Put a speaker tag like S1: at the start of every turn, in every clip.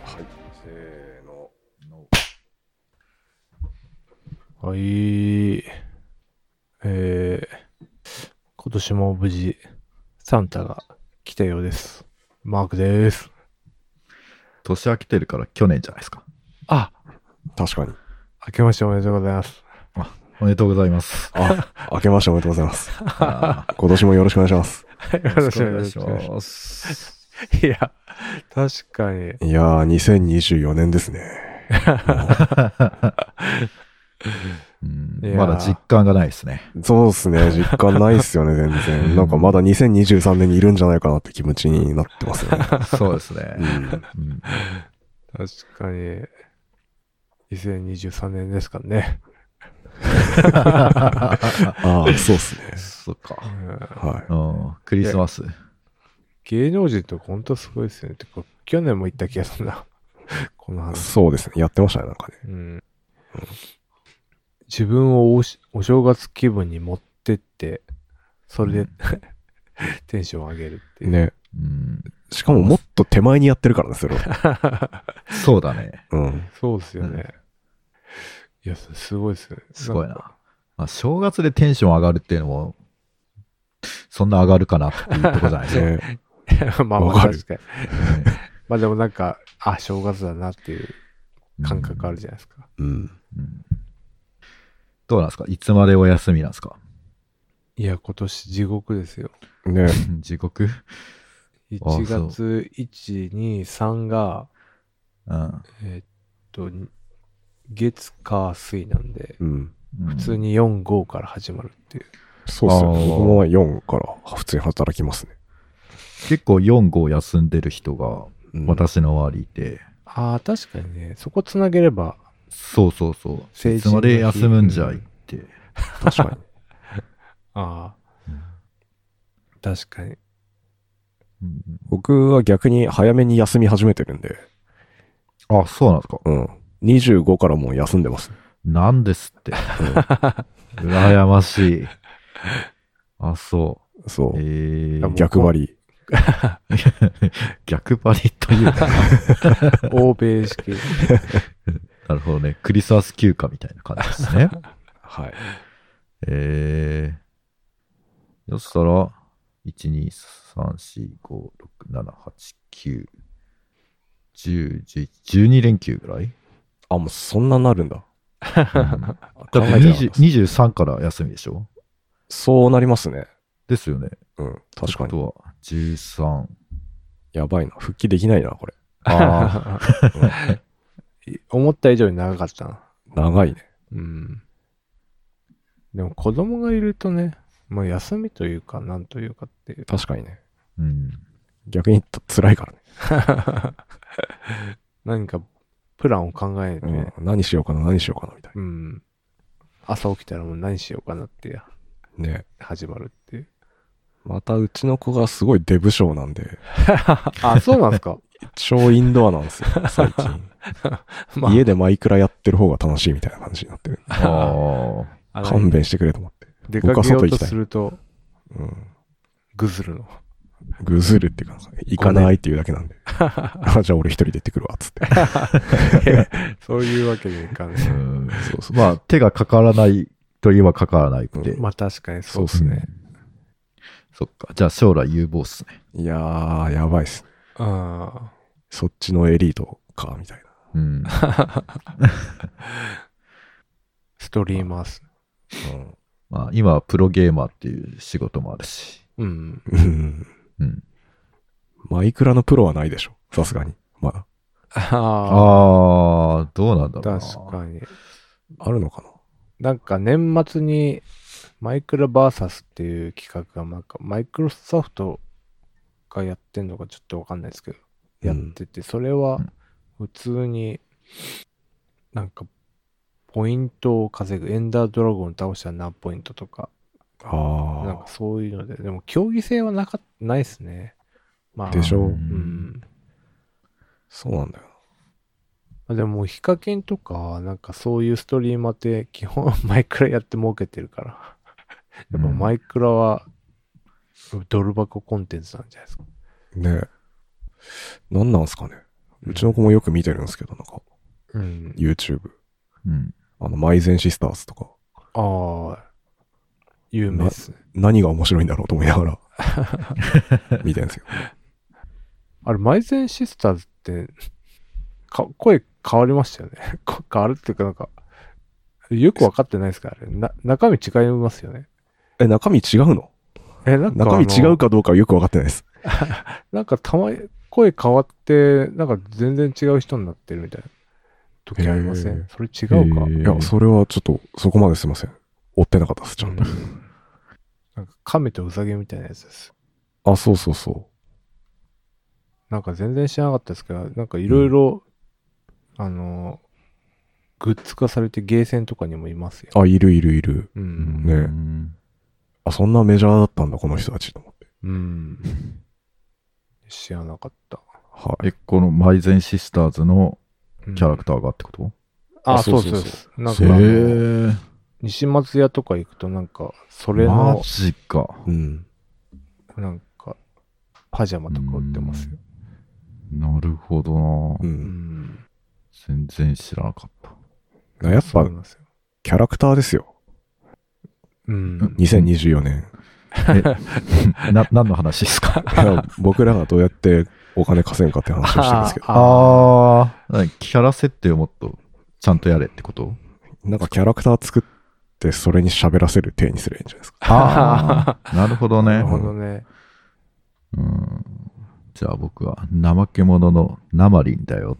S1: せーの。
S2: はい。えー今年も無事、サンタが来たようです。マークです。
S3: 年明けてるから去年じゃないですか。
S2: あ、
S1: 確かに。
S2: 明けましておめでとうございます。
S3: おめでとうござ います。
S1: あ、明けましておめでとうございます。
S3: あ
S1: 今年もよろしくお願いします。
S2: よ
S3: ーよろしくお願いし
S2: ろしくお願いし
S3: ます。
S2: ます いや、確かに。
S1: いやー、2024年ですね。
S3: うん
S2: いやー
S3: まだ実感がないですね。
S1: そうですね。実感ないっすよ ね、全然。なんかまだ2023年にいるんじゃないかなって気持ちになって ますよね。
S3: そうです
S1: う
S3: ね。
S1: ん、
S3: うん
S2: 確かに。2023年ですかね。
S1: ああ、そうっすね。
S3: そっ
S2: う
S3: か。
S2: ん
S1: は
S3: うんクリスマス。
S2: 芸能人って本当すごいですよね。てか、去年も言った気がするな。 この
S1: い。
S2: 話。
S1: そうですね。やってましたね、なんかね。
S2: うん自分をおしお正月気分に持ってって、それで、
S3: うん
S2: テンション上げるっていう。
S1: ね。
S3: うん
S1: しかももっと手前にやってるからね、それを。
S3: そうだね。
S1: うん。
S2: そうですよね。
S3: うん
S2: いや、そすごいですよね。
S3: すごい
S2: んか。
S3: な。まあ、正月でテンション上がるっていうのも、そんな上がるかなっていうとこじゃ ないですか。
S1: ね
S2: まあまあ
S1: わかる
S2: 確かに。まあでもなんか、あ、正月だなっていう感覚あるじゃないですか。
S1: うん。
S3: うんうんどうなんですかいつまでお休みなんですか
S2: いや、今年地獄ですよ。
S1: ね。
S3: 地獄あ
S2: 1月1、2、3が、
S3: うん。
S2: えーっと、月、火、水なんで、
S1: うん。
S3: 普
S2: 普通に4、5から始まるっていう。
S1: そうっすよ
S3: あ
S1: ね。
S3: ー
S1: 僕も4から普通に働きますね。
S3: 結構4号休んでる人が
S1: うん
S3: 私の周りいて、
S2: ああ、確かにね。そこつなげれば、
S3: そうそうそう
S2: 成人の日
S3: いつまで休むんじゃいって、
S1: 確か
S2: ああ、
S3: うん
S2: 確かに。
S3: うん
S1: 僕は逆に早めに休み始めてるんで、
S3: あそうなんですか
S1: うん。25からもう休んでます。
S3: なんです って羨ましいあそ
S1: そうう。
S3: え
S2: やもう
S3: ー、
S1: 逆張り。
S3: 逆張りという か
S2: 欧米式。
S3: なるほどねクリスマス休暇みたいな感じですね
S1: はい。
S3: えー、そしたら123456789101112連休ぐら い
S1: あ、もうそんななるんだ。
S3: だって
S1: 考えてなか
S3: 20
S1: った
S3: 23から休みでしょ
S1: そうなりますね。
S3: ですよね。
S1: うん。確か
S3: あ
S1: に。
S3: とは13。
S1: やばいな。復帰できないな、これ。
S3: ああ、
S2: い 思った以上に長かったな。
S1: 長いね。
S2: うん。でも子供がいるとね、もう休みというか、なんというかっていう。
S1: 確かにね。
S3: うん。
S1: 逆にた辛いからね。
S2: 何かプランを考えて、
S1: うん。何しようかな、何しようかな、みたい
S2: うん。朝起きたらもう何しようかなって
S1: な。ね。
S2: 始まるっていう。
S1: またうちの子がすごいデブ症なんで、
S2: あ、そうなんですか
S1: 超インドアなん ですよ、最近。
S2: まあ
S1: 家でマイクラやってる方が楽しいみたいな感じになってる。
S3: ああ。
S2: あの
S1: 勘弁してくれと思って。
S2: 出
S1: 僕
S2: か
S1: は
S2: けよ
S1: 外
S2: う
S1: 行
S2: と
S1: きたい
S2: すると、
S1: うん。
S2: ぐずるの。
S1: ぐずるっていうか、行かないっていうだけ なんで。あじゃあ俺一人で行ってくるわ、つって。
S2: いやそういうわけにいかない。
S3: うんまあ、手がかからないといえばかからないくて。
S2: まあ確かにそ
S1: そう
S2: う
S1: っすね。
S3: そっか。じゃあ将来有望っすね。
S1: いやー、やばいっす。
S2: あ
S1: そっちのエリートか、みたい
S3: う
S1: な。
S3: ん。
S2: ーストリーマーっす。
S3: まあ、今はプロゲーマーっていう仕事もあるし。
S2: うん。
S1: うん。うん
S3: うん。
S1: マイクラのプロはないでしょ。さすがに。まだ。
S2: あ
S3: ああ、どうなんだ
S2: あ、
S3: ろうな。
S2: 確かに。
S1: あるのかな
S2: なんか年末にマイクラバーサスっていう企画がなんかマイクロソフトがやってんのかちょっとわかんないですけど、やってて、それは普通になんかポイントを稼ぐ、エンダードラゴン倒したら何ポイントとか、なん
S1: あ
S2: かそういうので、でも競技性はなかないですね。まあ、
S1: あ。でしょ
S3: う。
S2: うんん。
S1: そうなんだよ
S2: まあでも、ヒカキンとか、なんかそういうストリーマーって基本マイクラやって儲けてるから。やっぱマイクラはドル箱コンテンツなんじゃないですか。
S1: な。ねえ。なんなんすかね。うちの子もよく見てるんですけど、なんか、
S2: うん。
S1: YouTube。
S3: うん。
S1: あの、マイゼンシスターズとか、
S2: ああ、有名っすね。
S1: 何が面白いんだろうと思い ながら、見てるんですよ。
S2: あれ、マイゼンシスターズって、か、声変わりましたよね。 こ変わるっていうか、なんか、よくわかってないですから、あれ。な、中身違いますよね。
S1: え、中身違うの
S2: え、なんかあ
S1: 中
S2: の、
S1: 身違うかどうかはよくわかってないです。
S2: なんかたまに声変わって、なんか全然違う人になってるみたいな時ありません、
S1: へー
S2: それ違うか、
S1: い
S3: い
S1: や、それはちょっと、そこまですいません。追ってなかったです、ちゃんと。
S2: なんか亀とウサギみたいなやつです。
S1: あ、そうそうそ
S2: なんか全然知らなかったですけど、なんかいろいろ、あの、グッズ化されてゲーセンとかにもいますよ。
S1: う。あ、いるいるいる。
S2: う。
S3: うんん
S1: ね
S3: うん
S1: あ、そんなメジャーだったんだ、この人たちと思って。
S2: うん。知らなかった。
S1: はい。
S3: え、このマイゼンシスターズの
S2: うん
S3: キャラクターがってこと
S2: あ、
S1: あ
S2: そ
S1: そうう
S2: そ
S1: そうう
S2: そ
S1: そうう
S2: なんか
S3: へ
S2: あの、
S3: え。
S2: 西松屋とか行くとなんか、それ
S3: マ
S2: の、
S3: ジか。
S1: うん。
S2: なんか、パジャマとか売ってますよ。
S3: なるほどな
S1: う。。
S2: うんん。
S3: 全然知らなかっ た。
S1: やっ
S2: そう
S1: ぱ
S2: 思い、ますよ。
S1: キャラクターですよ。
S2: うん。
S1: 2024年。
S3: えな、何の話ですか
S1: いや僕らがどうやってお金稼ぐかって話をしてるんですけ ど、
S3: ああ、何キャラ設定をもっとちゃんとやれってこと
S1: なんかキャラクター作って、それに喋らせる体にすればいいんじゃないですか。
S3: ああ、なるほど
S2: な
S3: ね
S2: る。ほどね。
S3: うんじゃあ僕は怠け者のナマリンだよ。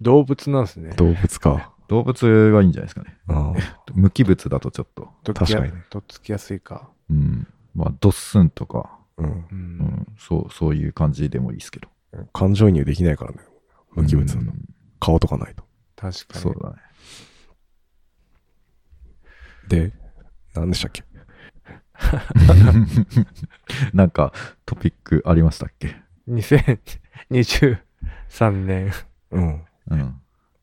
S2: 動物なんですね。
S1: 動物か。
S3: 動物がいいんじゃないですかね。
S1: あ
S3: 無機物だとちょっと。
S2: とっつ
S1: 確
S2: きや
S1: かにね
S2: とっつきやすいか。
S3: うん。まあ、ドッスンとか、
S1: ーうん。
S2: う。
S3: うんん、そう、そういう感じでもいいですけど。
S1: 感情移入できないからね。無機物だと。
S3: うん
S1: 顔とかないと。
S2: 確かに。
S3: そうだね。
S1: で、何でしたっけ
S3: なんか、トピックありましたっけ
S2: 2023年
S1: うん。
S3: うん。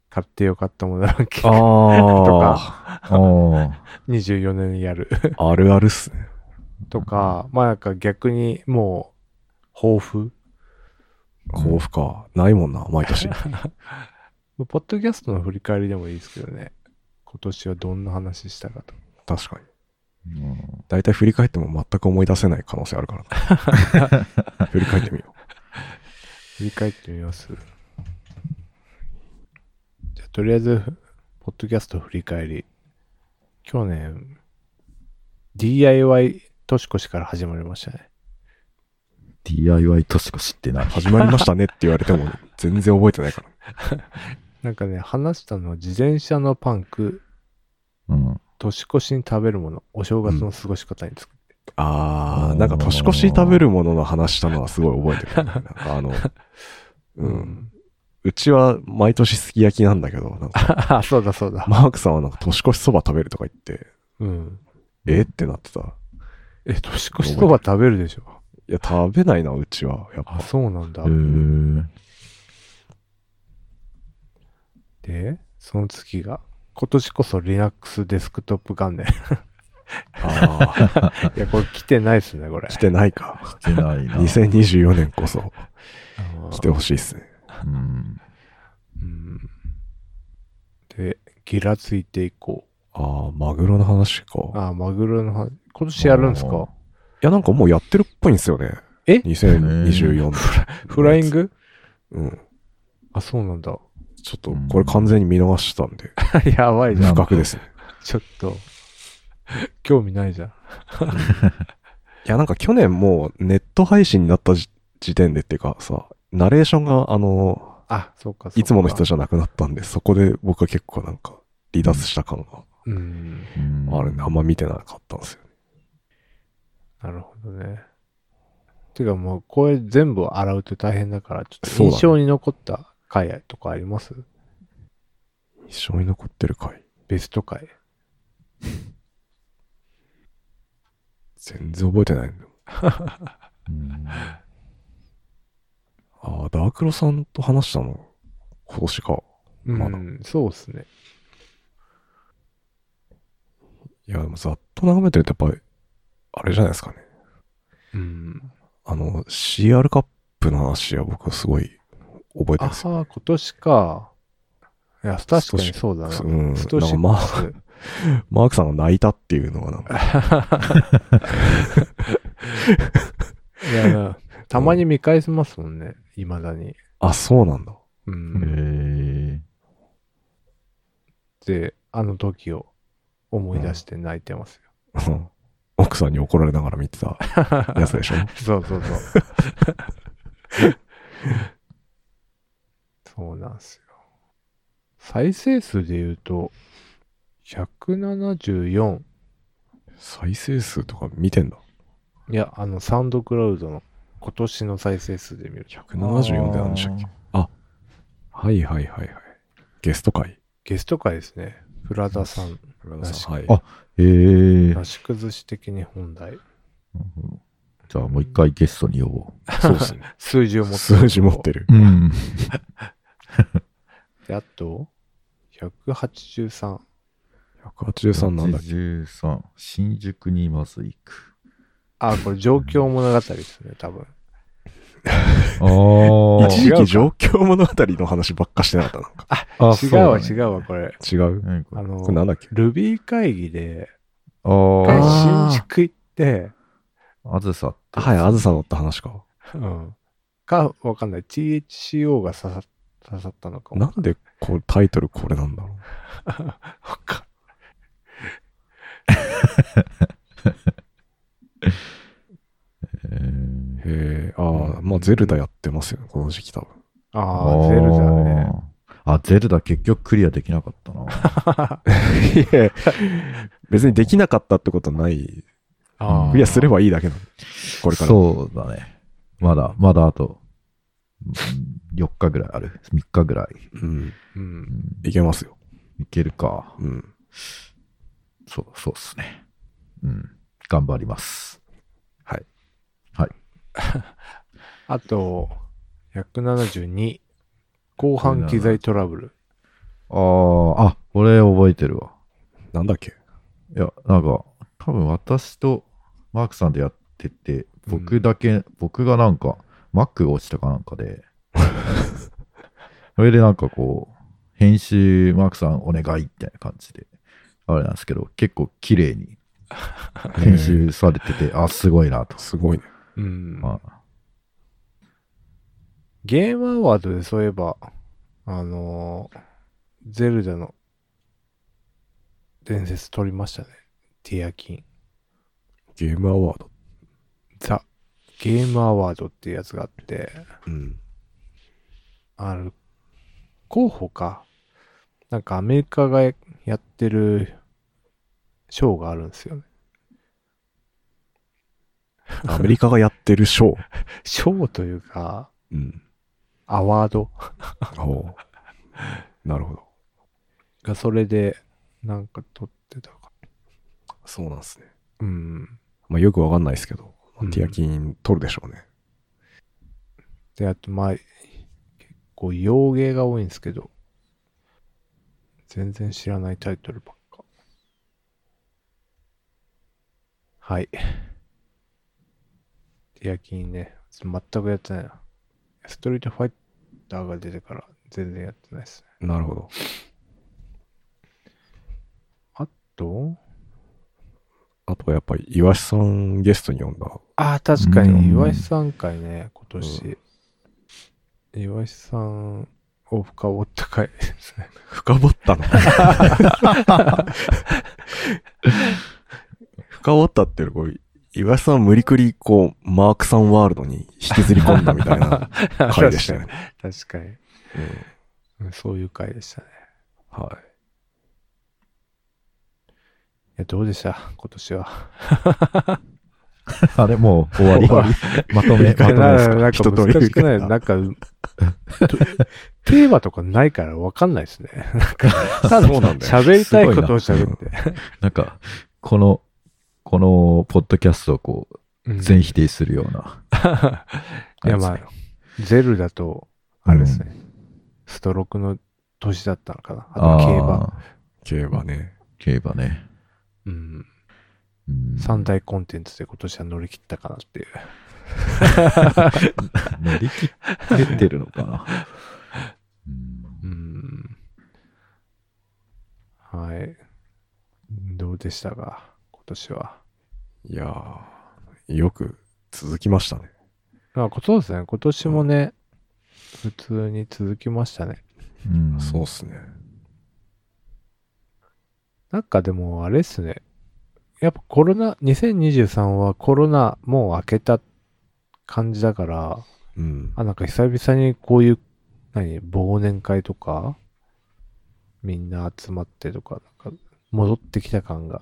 S2: 買ってよかったものランキング
S1: あ
S3: ああ。
S2: 24年やる
S1: あ。あるあるっすね。
S2: とか、まあなんか逆にもう抱負
S1: 抱負か。ないもんな、毎年。
S2: ポッドキャストの振り返りでもいいですけどね。今年はどんな話したかと。
S1: 確かに。
S3: うん
S1: 大体振り返っても全く思い出せない可能性あるから な振り返ってみよ
S2: 振り返ってみます。じゃあとりあえず、ポッドキャスト振り返り。去年、DIY 年越しから始まりましたね。
S3: DIY 年越しって何
S1: う。始まりましたねって言われても 全然覚えてないから。
S2: なんかね、話したのは自転車のパンク、
S3: うん。
S2: 年越しに食べるもの、お正月の過ごし方につく。
S1: あー、なんか年越し食べるものの話したのはすごい覚えて る、なんかあの、う。。
S2: うん
S1: うちは毎年すき焼きなんだけど、なん か、
S2: あ、そうだそうだ。
S1: マークさんはなんか年越しそば食べるとか言って、
S2: うん。
S1: えってなってた。
S2: え、年越しそば食べるでしょ。
S1: いや、食べないな、うちは。やっ
S2: あ、
S1: ぱ。
S2: そうなんだ
S3: へ。ー
S2: で、その次が、今年こそ Linux デスクトップ 元年。
S1: あー、
S2: いや、これ来てないっすね、こ れ。
S1: 来てないか。
S3: 来てない な。
S1: 2024年こそ
S2: あの
S1: 来てほしいっすね。
S3: うん。
S2: うん。で、ギラついていこ
S1: あー、マグロの話か。
S2: う。あー、マグロの話、今年やるんです
S3: あー
S2: か
S1: いや、なんかもうやってるっぽいんですよね。
S2: え
S1: ?2024 年。
S2: フライング
S1: うん。
S2: あ、そうなんだ。
S1: ちょっと、これ完全に見逃してたんで、
S2: やばいじゃん
S1: 不。覚ですね。
S2: ちょっと、興味ないじゃん。
S1: いや、なんか去年もうネット配信になったじ時点でっていうかさ、ナレーションが、あの、
S2: あ、そうか、そうか。
S1: いつもの人じゃなくなったんで、そこで僕は結構なんか、離脱した感
S2: うん。
S3: うん
S1: があるんで、あんま見てなかったんですよね。
S2: なるほどね。てかもう、これ全部洗うと大変だから、ちょっと
S1: そうだね
S2: 印象に残った回とかあります、
S1: 一生に残ってる回。
S2: ベスト回。
S1: 全然覚えてないんだよ。
S3: うん
S1: ああ、ダークロさんと話したの、今年か。
S2: う
S1: まだ
S2: ん、そうっすね。
S1: いや、でもざっと眺めてるとやっぱり、あれじゃないですかね。
S2: うん。
S1: あの、CR カップの話は僕はすごい覚えて
S2: あ
S1: ます。
S2: は、今年か。いや、確かにそうだな。
S1: うん、
S2: スト
S1: なん
S2: シッ
S1: かマ
S2: ク
S1: ー
S2: ス。
S1: マークさ んが泣いたっていうのはなんか、
S2: いやいや、たまに見返せますもんね、いまだに。
S1: あ、そうなんだ。
S2: う
S3: へ
S2: ん。
S3: え。
S2: で、あの時を思い出して泣いてますよ。
S1: うん奥さんに怒られながら見て たやつでしょ
S2: そうそうそう。 そうなんですよ。再生数で言うと、174。
S1: 再生数とか見てんだ。
S2: いや、あの、サウンドクラウドの今年の再生数で見ると、
S1: 174って何でしたっけはいはいはいはい。ゲスト会。
S2: ゲスト会ですね。プラザさん、
S1: はい。
S3: あけへえ。
S2: なし崩し的に本題。
S3: じゃあもう一回ゲストに呼ぼ
S1: そうですね。
S2: 数字を持って
S1: 数 字持ってる。
S3: う。うん。
S2: で、あと、183。
S1: 183なんだっけ
S3: 13。新宿にまず行く。
S2: あ、これ、状況物語ですね、多分。
S3: あ
S1: 一時期状況物語の話ばっかしてなかったなんか。
S3: あ
S2: 違うわ、違
S3: う。
S2: うわ、これ。
S1: 違う
S3: 何こ
S2: あ
S3: れ
S2: の
S1: これ、なんだっけ
S2: ルビー会議で、一回
S3: あ
S1: あー
S2: 新宿行って、
S3: あ、あずさって。
S1: はい、あずさ乗った話か。
S2: うん。か、わかんない。THCO が刺さ刺さったのかも。
S1: なんでこうタイトルこれなん だろ
S2: わか
S3: えー
S1: う。へえ、ああ、まあゼルダやってますよね、この時期多分。
S2: あー、ゼルダね。。
S3: あ、ゼルダ結局クリアできなかった な。
S1: いや別にできなかったってことない。
S2: あー
S1: クリアすればいいだけなの。これから。
S3: そうだね。まだ、まだあと、4日ぐらいある。3日ぐらい。
S1: うん。
S2: う。
S3: うんん
S1: いけますよ。
S3: いけるか。
S1: うん。
S3: そう、そうっすね。うん。頑張ります。
S1: はい。
S3: はい。
S2: あと、172。後半機材トラブル。
S3: あーあ、これ覚えてるわ。
S1: なんだっけ
S3: いや、なんか、多分私とマークさんでやってて、僕だけ、僕がなんか、Mac が落ちたかなんかで、 それでなんかこう、編集、マークさんお願いみたいな感じで、あれなんですけど、結構綺麗に編集されて て、あ、すごいなと。
S1: すごいね。
S2: うん。
S3: まあ、
S2: ゲームアワードでそういえば、あのーゼルダの伝説取りましたね。ティアキン。
S1: ゲームアワード。
S2: ザ・ゲームアワードっていうやつがあって、
S1: うん。
S2: あの、候補か。なんかアメリカがやってる賞があるんですよね。
S1: アメリカがやってるショー。
S2: 賞というか、
S1: うん。
S2: アワード
S1: おうなるほど。
S2: がそれでなんか取ってたか。
S1: そうなんですね。
S2: うん。
S1: まあよくわかんないですけど、まあ
S2: うん
S1: ティアキン取るでしょうね。
S2: で、あと、まあ、結構、洋芸が多いんですけど、全然知らないタイトルばっか。はい。ティアキンね、全くやってないな。ストリートファイターが出てから全然やってないですね。
S1: なるほど。
S2: あと、
S1: あとはやっぱり岩下さんゲストに呼んだ。
S2: ああ、確か
S3: うん
S2: に、岩井さん会ね、今年。岩井さんを深掘った会です ね。
S1: 深掘ったの 深掘ったっていうのはこう、岩下さんを無理くりこう、マークさんワールドに引きずり込んだみたいな 回でしたよね。
S2: 確かに。
S1: うん
S2: うんそういう回でしたね。
S1: はい
S2: や、どうでした今年は。
S3: あれ、もう終わ り。
S2: 終わり
S3: まとめ、 まとめですか。
S2: なんか
S1: 一通り
S2: 難しくない
S1: 言うけど
S2: なんか、うとテーマとかないからわかんないですね。 なんか、
S1: そうなんだよ
S2: 喋りたいことを喋って。
S3: なんか、この、このポッドキャストをこう、
S2: うん
S3: 全否定するような。
S2: いや、まあ、ゼルだと、あれですね、ストロークの年だったのかな。あと競馬。
S3: あー。
S1: い。競馬ね。
S3: 競馬ね。
S2: うん。
S3: うん
S2: 三大コンテンツで今年は乗り切ったかなっていう。
S3: 乗り切ってってるのかな。
S2: うーん。はい。どうでしたか、今年は。
S1: いやー、よく続きましたね。
S2: あ、こそうですね。今年もね、普通に続きましたね。
S3: うん
S1: そうっすね。
S2: なんかでも、あれっすね。やっぱコロナ、2023はコロナもう明けた感じだから、
S1: うん。
S2: あ、なんか久々にこういう、何、忘年会とか、みんな集まってとか、なんか戻ってきた感が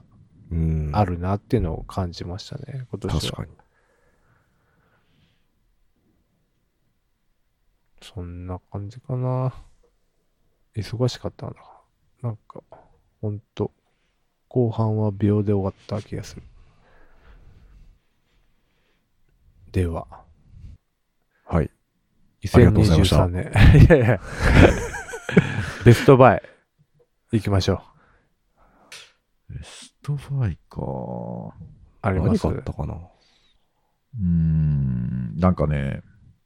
S1: うん、
S2: あるなっていうのを感じましたね、今年は。
S1: 確かに。
S2: そんな感じかな。忙しかったな。なんか、ほんと、後半は秒で終わった気がする。では、
S1: はい。ありがとうございました
S2: 2023年。いやいや、ベストバイ、行きましょう。
S3: ベストバイか。う
S2: ありま
S1: 何
S2: す
S1: があったかな
S3: ーん。なんかね、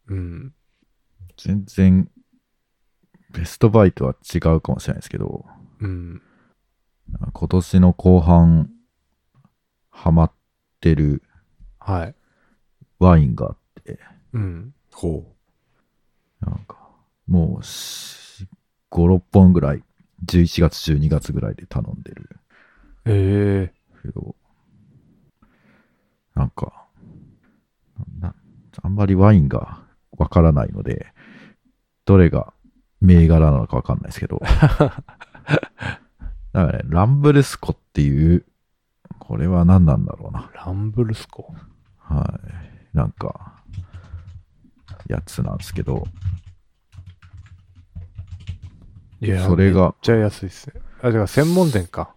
S2: うん。
S3: 全然、ベストバイとは違うかもしれないですけど、
S2: うん。
S3: 今年の後半、ハマってる
S2: はい。
S3: ワインがあって、
S2: うん。
S1: ほ
S3: なんか、もうし、5、6本ぐらい、11月、12月ぐらいで頼んでる
S2: え
S3: けど、なんか、ななあんまりワインがわからないので、どれが銘柄なのかわかんないです けど、だからね、ランブルスコっていう、これは何なんだろうな。
S2: ー、ランブルスコ。
S3: はい。なんか、やつなんですけど、
S2: いや、
S3: それが
S2: めっちゃ安いっすね。あ、だから専門店か。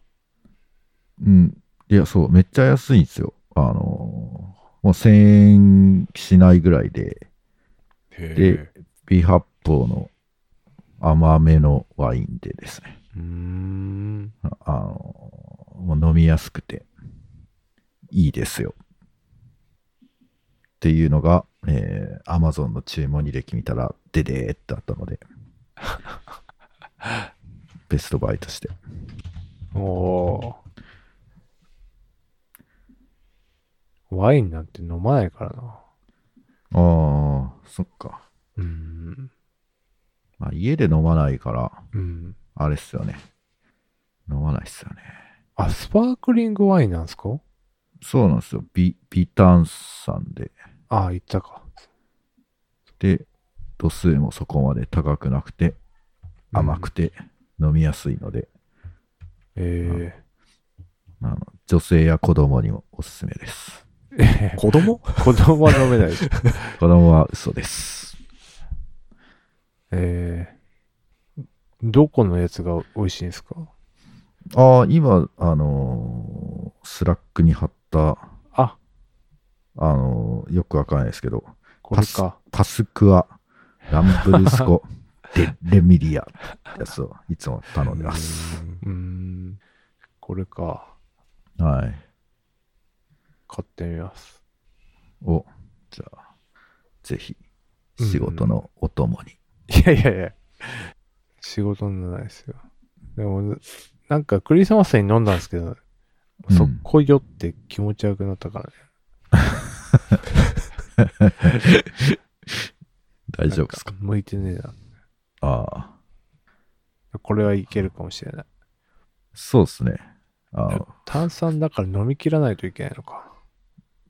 S3: うん。いや、そう、めっちゃ安いんですよ。あのー、もう1000円しないぐらいで、
S1: う。へ
S3: で
S1: え。
S3: 微発泡の甘めのワインでですね。
S2: うーん。
S3: ああのー、もう飲みやすくて、いいですよ。っていうのが、えー、Amazon の注文履歴見たら、ででーってあったので、ベストバイとして。
S2: おーワインなんて飲まないからな。
S3: ああ、そっか。
S2: うーん。
S3: まあ、家で飲まないから、
S2: うん。
S3: あれっすよね。飲まないっすよね。
S2: あ、スパークリングワインなんすか
S3: そうなんですよ。ビ、ビタン酸で。
S2: あ、言ったか。
S3: で、度数もそこまで高くなくて、甘くて、飲みやすいので、
S2: え
S3: あの女性や子供にもおすすめです。
S2: え。
S1: 子供
S2: 子供は飲めないでしょ。
S3: 子供は嘘です。
S2: ええ。どこのやつが美味しいんですか
S3: ああ、今、あのースラックに貼った、
S2: あ、
S3: あのーよくわかんないですけど、
S2: これか。
S3: パスクア、ランブルス コ、デレミリアってやつをいつも頼んでます。
S1: うん
S2: うーん。これか。
S3: はい。
S2: 買ってみます。
S3: を、じゃあ、ぜひ、仕事のお供に。
S2: いやいやいや。仕事にならないですよ。でも、なんかクリスマスに飲んだんですけど、
S3: うん
S2: そこよって気持ち悪くなったからね。
S3: 大丈夫ですか
S2: なん向いてねえな。
S3: ああ、
S2: これはいけるかもしれない。
S3: そうですね。あ
S2: 炭酸だから飲み切らないといけないのか。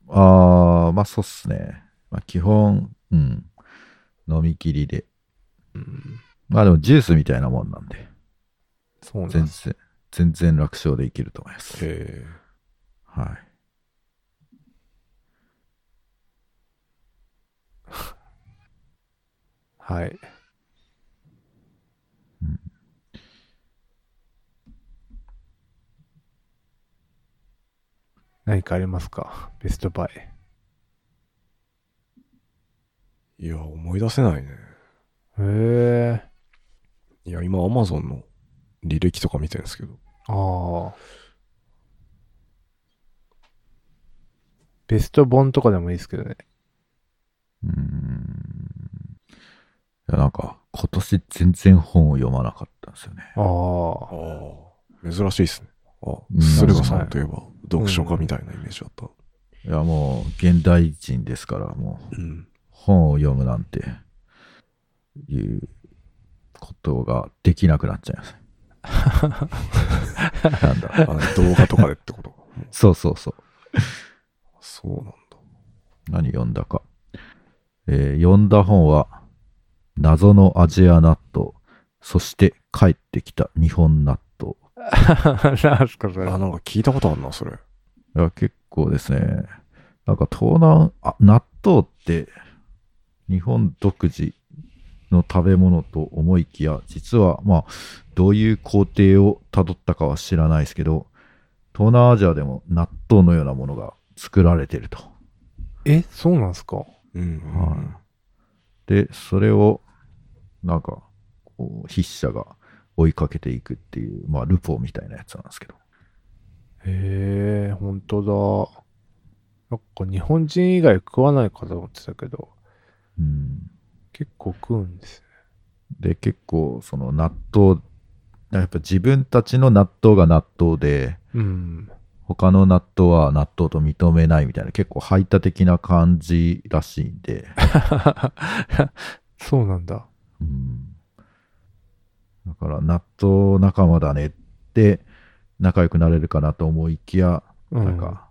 S3: あー、まあそうっすね。まあ基本、うん、飲み切りで。
S2: うん。
S3: まあでもジュースみたいなもんなんで、
S2: そうなん
S3: 全
S2: です。
S3: 然、全然楽勝でいけると思います。
S1: へえ。
S3: は
S2: はい。
S3: うん
S2: 何かありますかベストバイ。
S1: いや、思い出せないね。
S2: へえ。
S1: いや、今、アマゾンの履歴とか見てるんですけど。
S2: ああ。ベスト本とかでもいいですけどね。
S3: うーん。いや、なんか、今年全然本を読まなかったんですよね。
S2: ああ。
S1: ああ、珍しいですね。あ
S3: うん、
S1: 駿河さんといえば読書家みたいなイメージだった。
S3: いや、もう、現代人ですから、もう、
S1: うん。
S3: 本を読むなんて、いうことができなくなっちゃいます。 なんだ。
S1: あの動画とかでってことか。
S3: そうそうそう。
S1: そうなんだ。
S3: 何読んだか。えー読んだ本は、謎のアジア納豆、そして帰ってきた日本納豆。
S2: なんすか、それ。
S1: あ、なんか聞いたことあるな、それ。
S3: いや、結構ですね。なんか東南、あ、納豆って日本独自の食べ物と思いきや、実はまあ、どういう工程をたどったかは知らないですけど、東南アジアでも納豆のようなものが作られてると。
S2: え、そうなんすか
S1: うん。
S3: はで、それを、なんか、こう筆者が追いかけていくっていう、まあ、ルポみたいなやつなんですけど。
S2: へえ、ほんとだ。なんか日本人以外食わないかと思ってたけど、
S3: うん。
S2: 結構食うんです
S3: で結構その納豆やっぱ自分たちの納豆が納豆で
S2: ね。うん。
S3: 他の納豆は納豆と認めないみたいな結構排他的な感じらしいんで、
S2: そうなんだ。
S3: うん、だから納豆仲間だねって仲良くなれるかなと思いきや
S2: う
S3: なんか、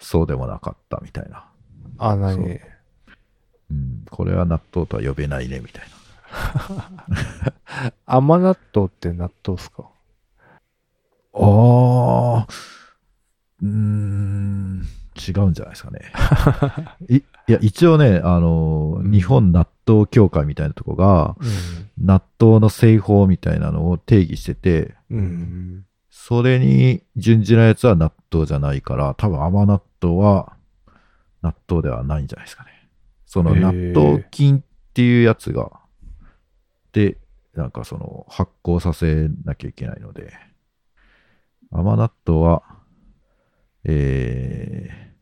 S3: そうでもなかったみたいな、
S2: あ、な
S3: そう
S2: に。
S3: うん、これは納豆とは呼べないねみたいな
S2: 甘納豆って納豆っすか
S3: ああ、うーん、違うんじゃないですかね。 いいや、一応ね、あのー、
S2: うん
S3: 日本納豆協会みたいなとこが、
S2: う
S3: 納豆の製法みたいなのを定義してて、
S1: う。
S2: うん
S3: それに準じなやつは納豆じゃないから、多分甘納豆は納豆ではないんじゃないですかね。その
S2: へ
S3: 納
S2: ー
S3: 豆菌っていうやつが、で、なんかその発酵させなきゃいけないので、甘納豆は、え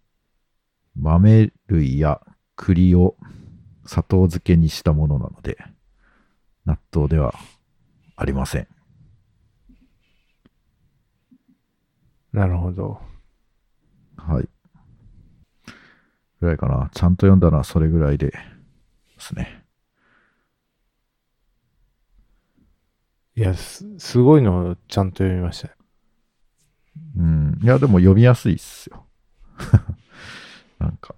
S3: ー、豆類や栗を砂糖漬けにしたものなので、納豆ではありません。
S2: ん。なるほど。
S3: はい。ぐらいかな。ちゃんと読んだのはそれぐらいでですね。
S2: いや、す、すごいのをちゃんと読みましたね。
S3: うん。いや、でも読みやすいっすよ。 なんか。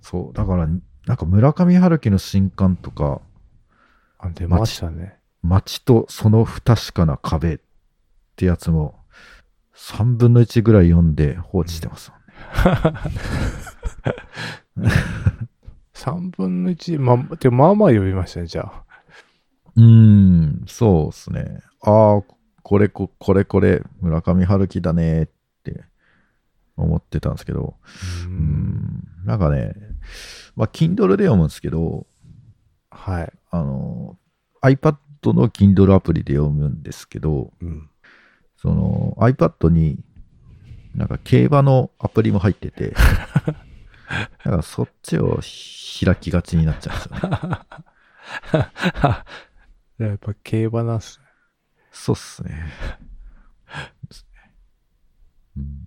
S3: そう。だから、なんか村上春樹の新刊とか、
S2: あ、出ましたね。
S3: 街とその不確かな壁ってやつも、3分の1ぐらい読んで放置してますもんね。
S2: 3分の1、まあ、てかまあまあ読みましたね、じゃあ。
S3: うーん、そうっすね。ああ、これこ、これこれ、村上春樹だねーって思ってたんですけど、
S2: う。
S3: うんん、なんかね、まあ、Kindle で読むんですけど、
S2: はい。
S3: あの、iPad の Kindle アプリで読むんですけど、
S1: うん。
S3: その iPad に、なんか競馬のアプリも入ってて、だからそっちを開きがちになっちゃうんですよね。
S2: やっぱ競馬なんすね。
S3: そうっすね。ですねうん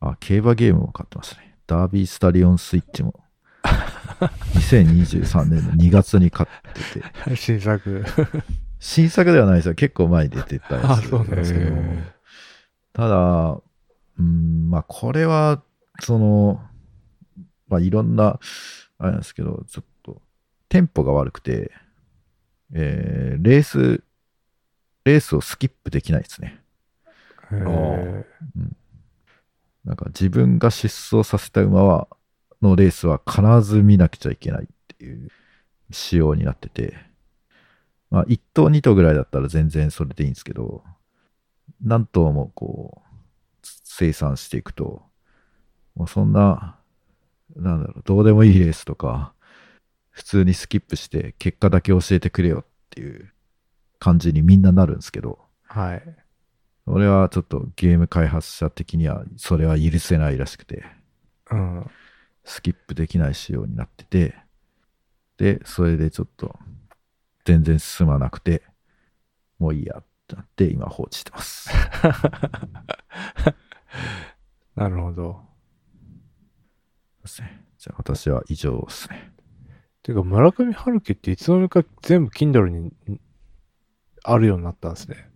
S3: あ、競馬ゲームも買ってますね。ダービースタリオンスイッチも。2023年の2月に買ってて。
S2: 新作。
S3: 新作ではないですよ。結構前に出てた や
S2: あ
S3: つ
S2: そうなん
S3: で
S2: ですす
S3: け
S2: け
S3: ど
S2: ど
S1: へ
S2: も
S1: ー
S3: ただ、うん、まあ、これは、その、まあ、いろんな、あれなんですけど、ちょっと、テンポが悪くて、えーレース、レースをスキップできないですね。
S2: へー
S3: なんか自分が失踪させた馬は、のレースは必ず見なくちゃいけないっていう仕様になってて、まあ1頭2頭ぐらいだったら全然それでいいんですけど、何頭もこう、生産していくと、もうそんな、なんだろう、どうでもいいレースとか、普通にスキップして結果だけ教えてくれよっていう感じにみんななるんですけど、
S2: はい。
S3: 俺はちょっとゲーム開発者的にはそれは許せないらしくて、
S2: うん。
S3: スキップできない仕様になってて、で、それでちょっと、全然進まなくて、もういいやってなって、今放置してます。
S2: なるほど。
S3: ですねじゃあ私は以上ですね。
S2: ていうか、村上春樹っていつの間にか全部 Kindle にんあるようになったんですね。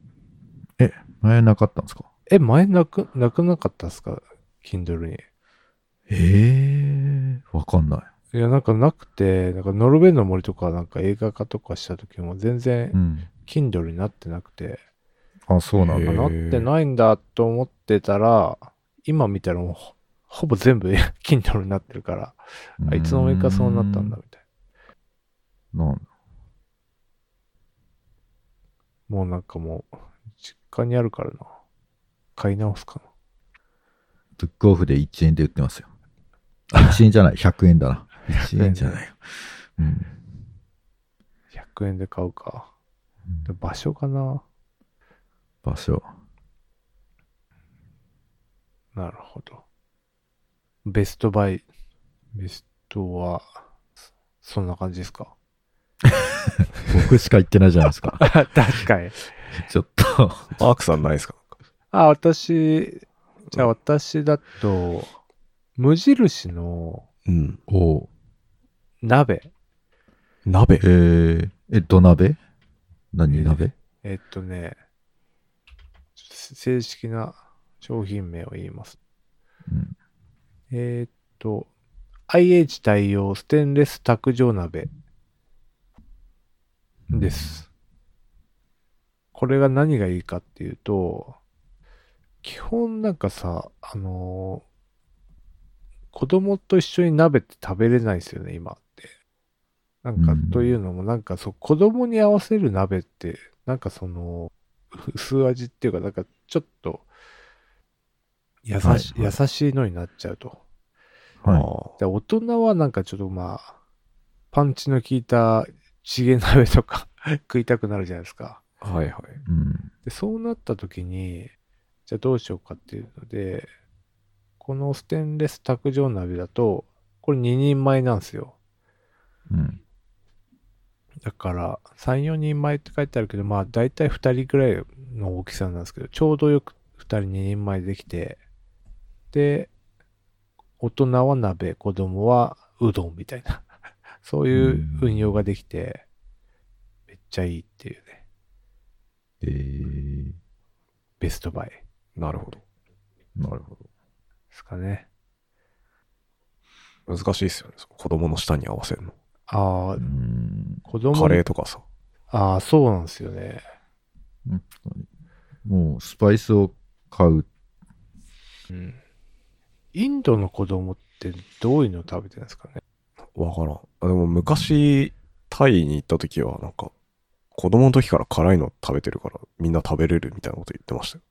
S3: 前なかったんですか
S2: え、前なく、なくなかったですか ?Kindle に。
S3: ええわかんない。
S2: いや、なんかなくて、なんかノルウェーの森とかなんか映画化とかした時も全然
S3: うん。
S2: Kindle になってなくて、
S3: あ、そうなん
S1: へ
S3: だ
S1: え。
S2: なってないんだと思ってたら、今見たらもうほほぼ全部 Kindle になってるから、あいつの間にかそうなったんだみたい
S3: なんだ。
S2: な。もうなんかもう、実家にあるからな。買い直すか
S3: ブックオフで1円で売ってますよ。1円じゃない、100円だな。1円じゃないよ。うん。
S2: な。100円で買うか。で場所かな。
S3: 場所。
S2: なるほど。ベストバイ。ベストは、そそんな感じですか
S3: 僕しか行ってないじゃないですか。
S2: 確かに。
S3: ちょっと。
S1: マークさんないですか
S2: あ、私、じゃあ私だと、無印の
S1: うん。
S3: おう
S2: 鍋。
S1: 鍋
S3: え。ー、え、土鍋何鍋
S2: えっとね、せ正式な商品名を言います。
S3: うん。
S2: えっと、IH 対応ステンレス卓上鍋です。これが何がいいかっていうと、基本なんかさ、あのー子供と一緒に鍋って食べれないですよね、今って。なんか
S3: う、ん
S2: というのも、なんかそう、子供に合わせる鍋って、なんかその、薄味っていうか、なんかちょっと、優し,、
S3: はいはい
S2: 優しいのになっちゃうと。
S3: はい。
S2: で大人はなんかちょっとまあ、パンチの効いたチゲ鍋とか 食いたくなるじゃないですか。
S1: あーはいはい。
S3: うん。
S2: で、そうなった時に、じゃあどうしようかっていうので、このステンレス卓上鍋だと、これ2人前なんですよ。
S3: うん。
S2: だから、3、4人前って書いてあるけど、まあ大体2人くらいの大きさなんですけど、ちょうどよく2人2人前できて、で、大人は鍋、子供はうどんみたいな、 そういう運用ができて、めっちゃいいっていうね、
S3: えー、
S2: ベストバイで
S1: なるほど。
S3: なるほ
S2: すかね。
S1: 難しいですよね。その子供の舌に合わせるの。
S2: ああ
S3: ど。う、ん。
S2: 子供に。
S1: カレーとかさ。
S2: ああ、そうなんですよね。
S3: もう、スパイスを買う。
S2: うん。インドの子供ってどういうの食べてるんですかね。
S1: わからん。あでも昔、タイに行った時は、なんか、子供の時から辛いの食べてるから、みんな食べれるみたいなこと言ってましたよ。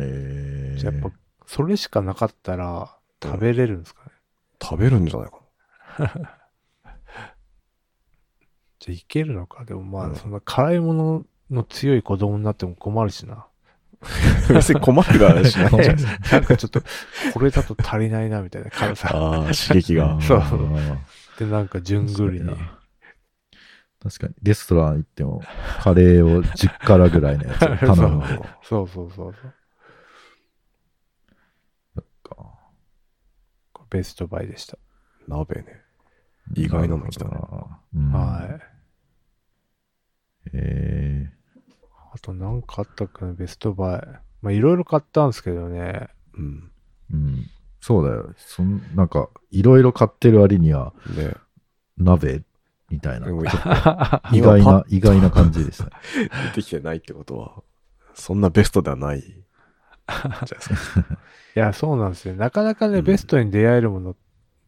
S3: えー、
S2: じゃあやっぱ、それしかなかったら食べれるんですかね。
S1: 食べるんじゃないか
S2: じゃあいけるのか。でもまあ、
S1: うん
S2: そんな辛いものの強い子供になっても困るしな。
S1: な。 別に困るからしないじゃないですか。
S2: なんかちょっと、これだと足りないな、みたいな辛 さ。
S1: ああ、刺激が。
S2: そう
S3: あー
S2: で、なんか、じゅんぐりに。
S3: 確かに、レストラン行っても、カレーを10辛ぐらいの やつを頼むの
S1: そ
S2: そ
S1: う
S2: うそうそうそう。
S3: か。
S2: これベストバイでした。
S1: 鍋ね。意外なの来たね
S3: なるほどな。うん
S2: はい。
S3: え
S2: あとなんかあったっけな、ベストバイ。まあ、いろいろ買ったんですけどね。
S1: うん。
S3: ーうん。そうだよ。そんなんか、いろいろ買ってる割には、
S1: ね
S3: 鍋みたいな
S1: で、も、
S3: 意
S1: 今
S3: 外
S1: パ
S3: な、意外な感じですね。
S1: 出てきてないってことは、そんなベストではない。じゃないですか。
S2: いや、そうなんですよ。なかなかね、
S1: うん
S2: ベストに出会えるもの、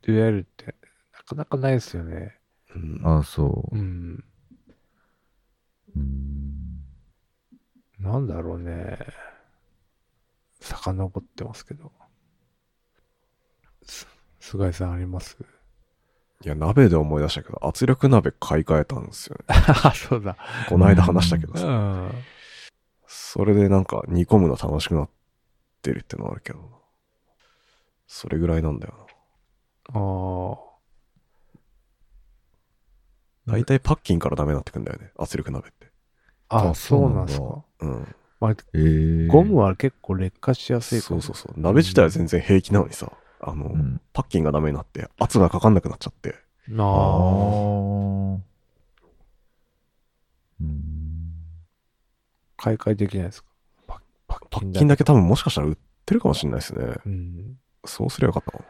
S2: 出会えるって、なかなかないですよね。
S1: うん
S3: ああ、そう
S2: う。ん。
S3: うん
S2: なんだろうね。遡ってますけど。す菅井さんあります
S1: いや、鍋で思い出したけど、圧力鍋買い替えたんですよね。
S2: あ、 そうだ。
S1: この間話したけど
S2: う
S1: さ。
S2: ん。
S1: それでなんか煮込むの楽しくなってるってのはあるけどなそれぐらいなんだよ
S2: あ
S1: 大体パッキンからダメになってくんだよね。圧力鍋って。
S2: あ。あ
S3: あ
S2: そ
S3: そうう
S2: な
S3: なんん
S2: で
S3: だ
S2: すか。
S1: うん。
S2: まあ、
S3: えー、
S2: ゴムは結構劣化しやすいか
S1: そ
S2: ら
S1: うそうそう。鍋自体は全然平気なのにさ、あの、
S3: うん、
S1: パッキンがダメになって圧がかかんなくなっちゃって。
S2: な
S3: あ
S2: あ。
S3: ーうん
S2: 買い替えできないですか。パパ
S1: パ
S2: ッキン
S1: ッ
S2: だ
S1: キンだけ多分もしかしたら売ってるかもしれないですね。
S2: うん。
S1: そうすればよかったか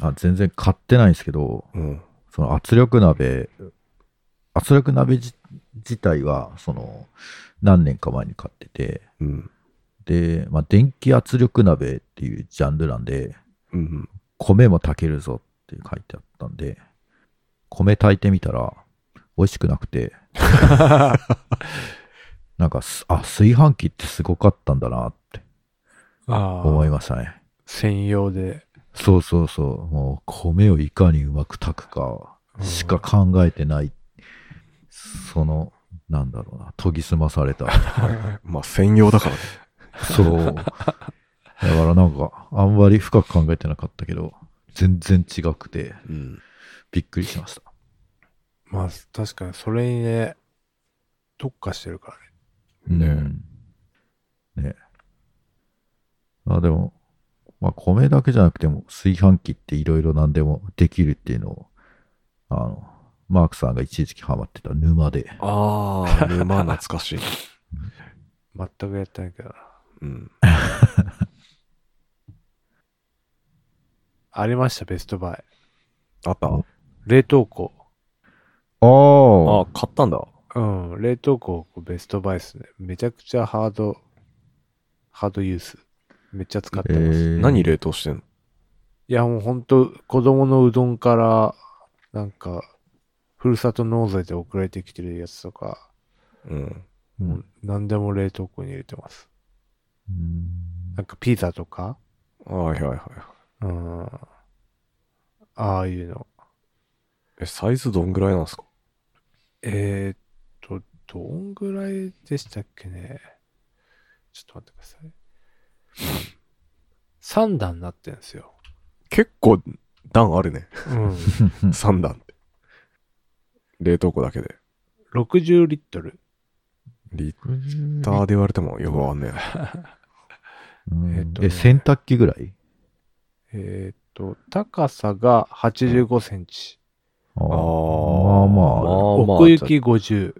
S3: あ全然買ってないんですけど、
S1: も。うん。
S3: その圧力鍋、圧力鍋じ自体は、その、何年か前に買ってて、
S1: うん。
S3: で、まあ、電気圧力鍋っていうジャンルなんで、
S1: うん。
S3: 米も炊けるぞって書いてあったんで、米炊いてみたら、美味しくなくて、なんかす、あ、炊飯器ってすごかったんだなって
S2: あ
S3: 思い
S2: あ。
S3: ましたね。
S2: 専用で。
S3: そうそうそう、もう米をいかにうまく炊くかしか考えてない、その、なんだろうな、研ぎ澄まされた。
S1: まあ専用だからね。
S3: そう。だからなんか、あんまり深く考えてなかったけど、全然違くて、
S1: うん。
S3: びっくりしました。
S2: まあ、確かにそれにね、特化してるからね。
S1: ね
S3: え。
S1: え
S3: ねえ。まあでも、まあ米だけじゃなくても炊飯器っていろいろ何でもできるっていうのを、あの、マークさんが一時期ハマってた沼で、
S1: ああ、沼懐かしい。
S2: 全くやってないけどな。
S1: うん。
S2: ありました、ベストバイ。
S1: あったあ
S2: 冷凍庫。
S3: あ
S1: あ、買ったんだ。
S2: うん、冷凍庫ベストバイですね。めちゃくちゃハード、ハードユース。めっちゃ使ってます。
S1: 何冷凍してんの
S2: いや、もうほんと、子供のうどんから、なんか、ふるさと納税で送られてきてるやつとか、
S1: うん。
S3: うん
S2: もう何でも冷凍庫に入れてます。なんかピザとか、
S1: ああはいはいはい。
S2: うん、ああいうの。
S1: え、サイズどんぐらいなんですか
S2: えー、っと、どんぐらいでしたっけね。ちょっと待ってください。3段になってるんですよ。
S1: 結構段あるね。
S2: うん。
S1: 3段って。冷凍庫だけで。
S2: 60リットル。
S1: リッタ
S3: う
S1: ーで言われてもよくわかんねえな。
S3: ん
S2: えっとね
S3: え、洗濯機ぐらい
S2: えーっと、高さが85センチ。
S3: あ
S1: あ
S3: あ
S1: あ
S3: まあまあ
S1: まあまあ。
S2: 奥行き50。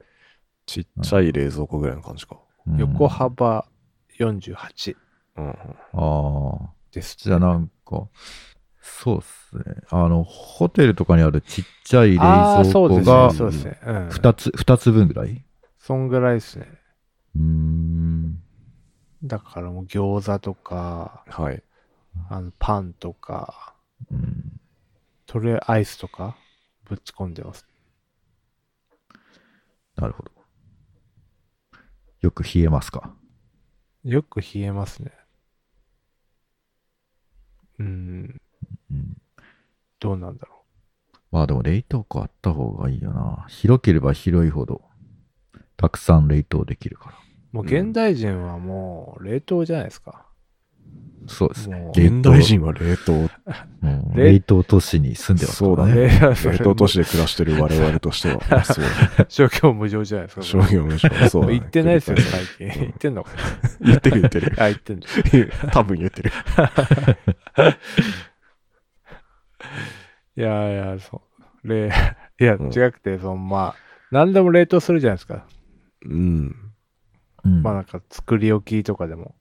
S1: ちっちゃい冷蔵庫ぐらいの感じか。
S3: うん
S2: 横幅48
S1: うん。
S3: ああ。
S2: です。
S3: じゃあなんか、そうっすね。あの、ホテルとかにあるちっちゃい冷
S2: ああー、
S3: 蔵
S2: そうで
S3: 庫
S2: すね。
S3: が
S1: そ
S2: そうう
S1: で
S2: ですす
S1: ね
S2: ね。うん。
S3: 2つ、二つ分ぐらい
S2: そんぐらいですね。
S3: うーん。
S2: だからもう餃子とか、
S1: はい。
S2: あのパンとか、
S3: うん
S2: トレアイスとか、ぶち込んでます。
S3: なるほど。よく冷えますか。
S2: よく冷えますね。うん、
S3: うん。
S2: どうなんだろ
S3: まあでも冷凍庫あった方がいいよな。広ければ広いほど、たくさん冷凍できるから。
S2: う。もう現代人はもう冷凍じゃないですか。
S3: そうですね。
S2: もう
S1: 現代人は冷凍。
S3: もう
S2: 冷
S3: 冷凍都市に住んでますから
S1: そうだね
S2: 冷
S3: ね。
S1: 冷凍都市で暮らしてる我々として は。そうだ
S2: 消去無常じゃないです
S1: ね。
S2: か。
S1: 商業無償。そうだね
S2: 言ってないですよ、最近。
S1: ん
S2: 言ってんのかな
S1: 言ってる言ってる。
S2: あ、言ってんの。
S1: 多分言ってる。
S2: いやいや、そう。れ いや、
S1: うん
S2: 違くて、その、まあ、何でも冷凍するじゃないですか。
S1: うん。
S3: うん
S2: まあ、なんか、作り置きとかでも。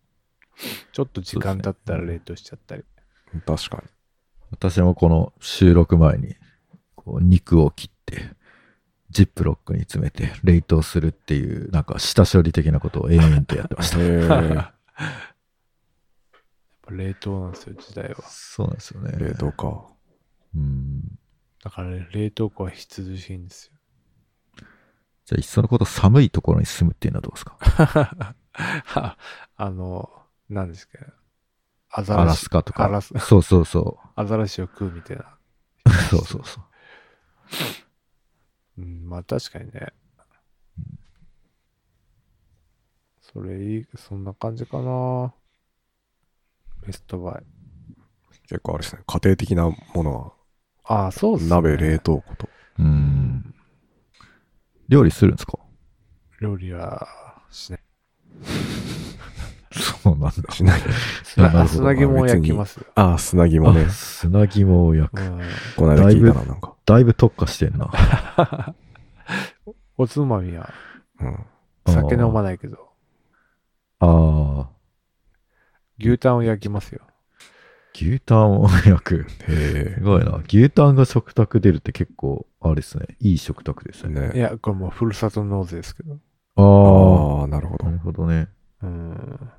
S2: ちょっと時間経ったら冷凍しちゃったり。
S1: 確か
S3: 私もこの収録前にこう肉を切ってジップロックに詰めて冷凍するっていうなんか下処理的なことを延々とやってました
S1: に。へ ー
S2: やっぱ冷凍なんですよ、時代は。
S3: そうなんですよね
S1: 冷凍か。
S3: うん
S2: だから、冷凍庫は必需品 ですよ。
S3: じゃあいっそのこと寒いところに住むっていうのはどうですか
S2: あの、何ですかアザ
S3: ア
S2: ラ
S3: ラ
S2: シ
S3: ス、カと
S2: アラ
S3: か
S2: ス
S3: そうそうそ
S2: アザラシを食うみたいな。
S3: う そうそうそう
S2: うん、まあ確かにね。それいい、そんな感じかな。ベストバイ。
S1: 結構あれですね、家庭的なものは、
S2: ああ、そうっすね。
S1: 鍋、冷凍庫と。
S3: うん。料理するんですか
S2: 料理はしない。
S3: そうなんだ。
S1: しない。
S3: なるほ
S2: 砂
S3: ど
S2: 砂肝を焼きますよ。
S1: ああ、砂肝ね
S3: あ。砂肝を焼く。
S2: うん
S1: この間聞いたな、なんか。
S3: だいぶ特化してんな。
S2: おつまみは
S1: うん。
S2: 酒飲まないけど、
S3: ああ、
S2: 牛タンを焼きますよ。
S3: 牛タンを焼く。
S1: へ
S3: すごいな。牛タンが食卓出るって結構、あれですね。いい食卓です
S1: え。
S3: ね。
S2: い
S1: ね
S2: や、これもうふるさと納税ですけど。
S3: ああ、
S1: ああ、なるほど
S3: な。るほどね。
S2: うん。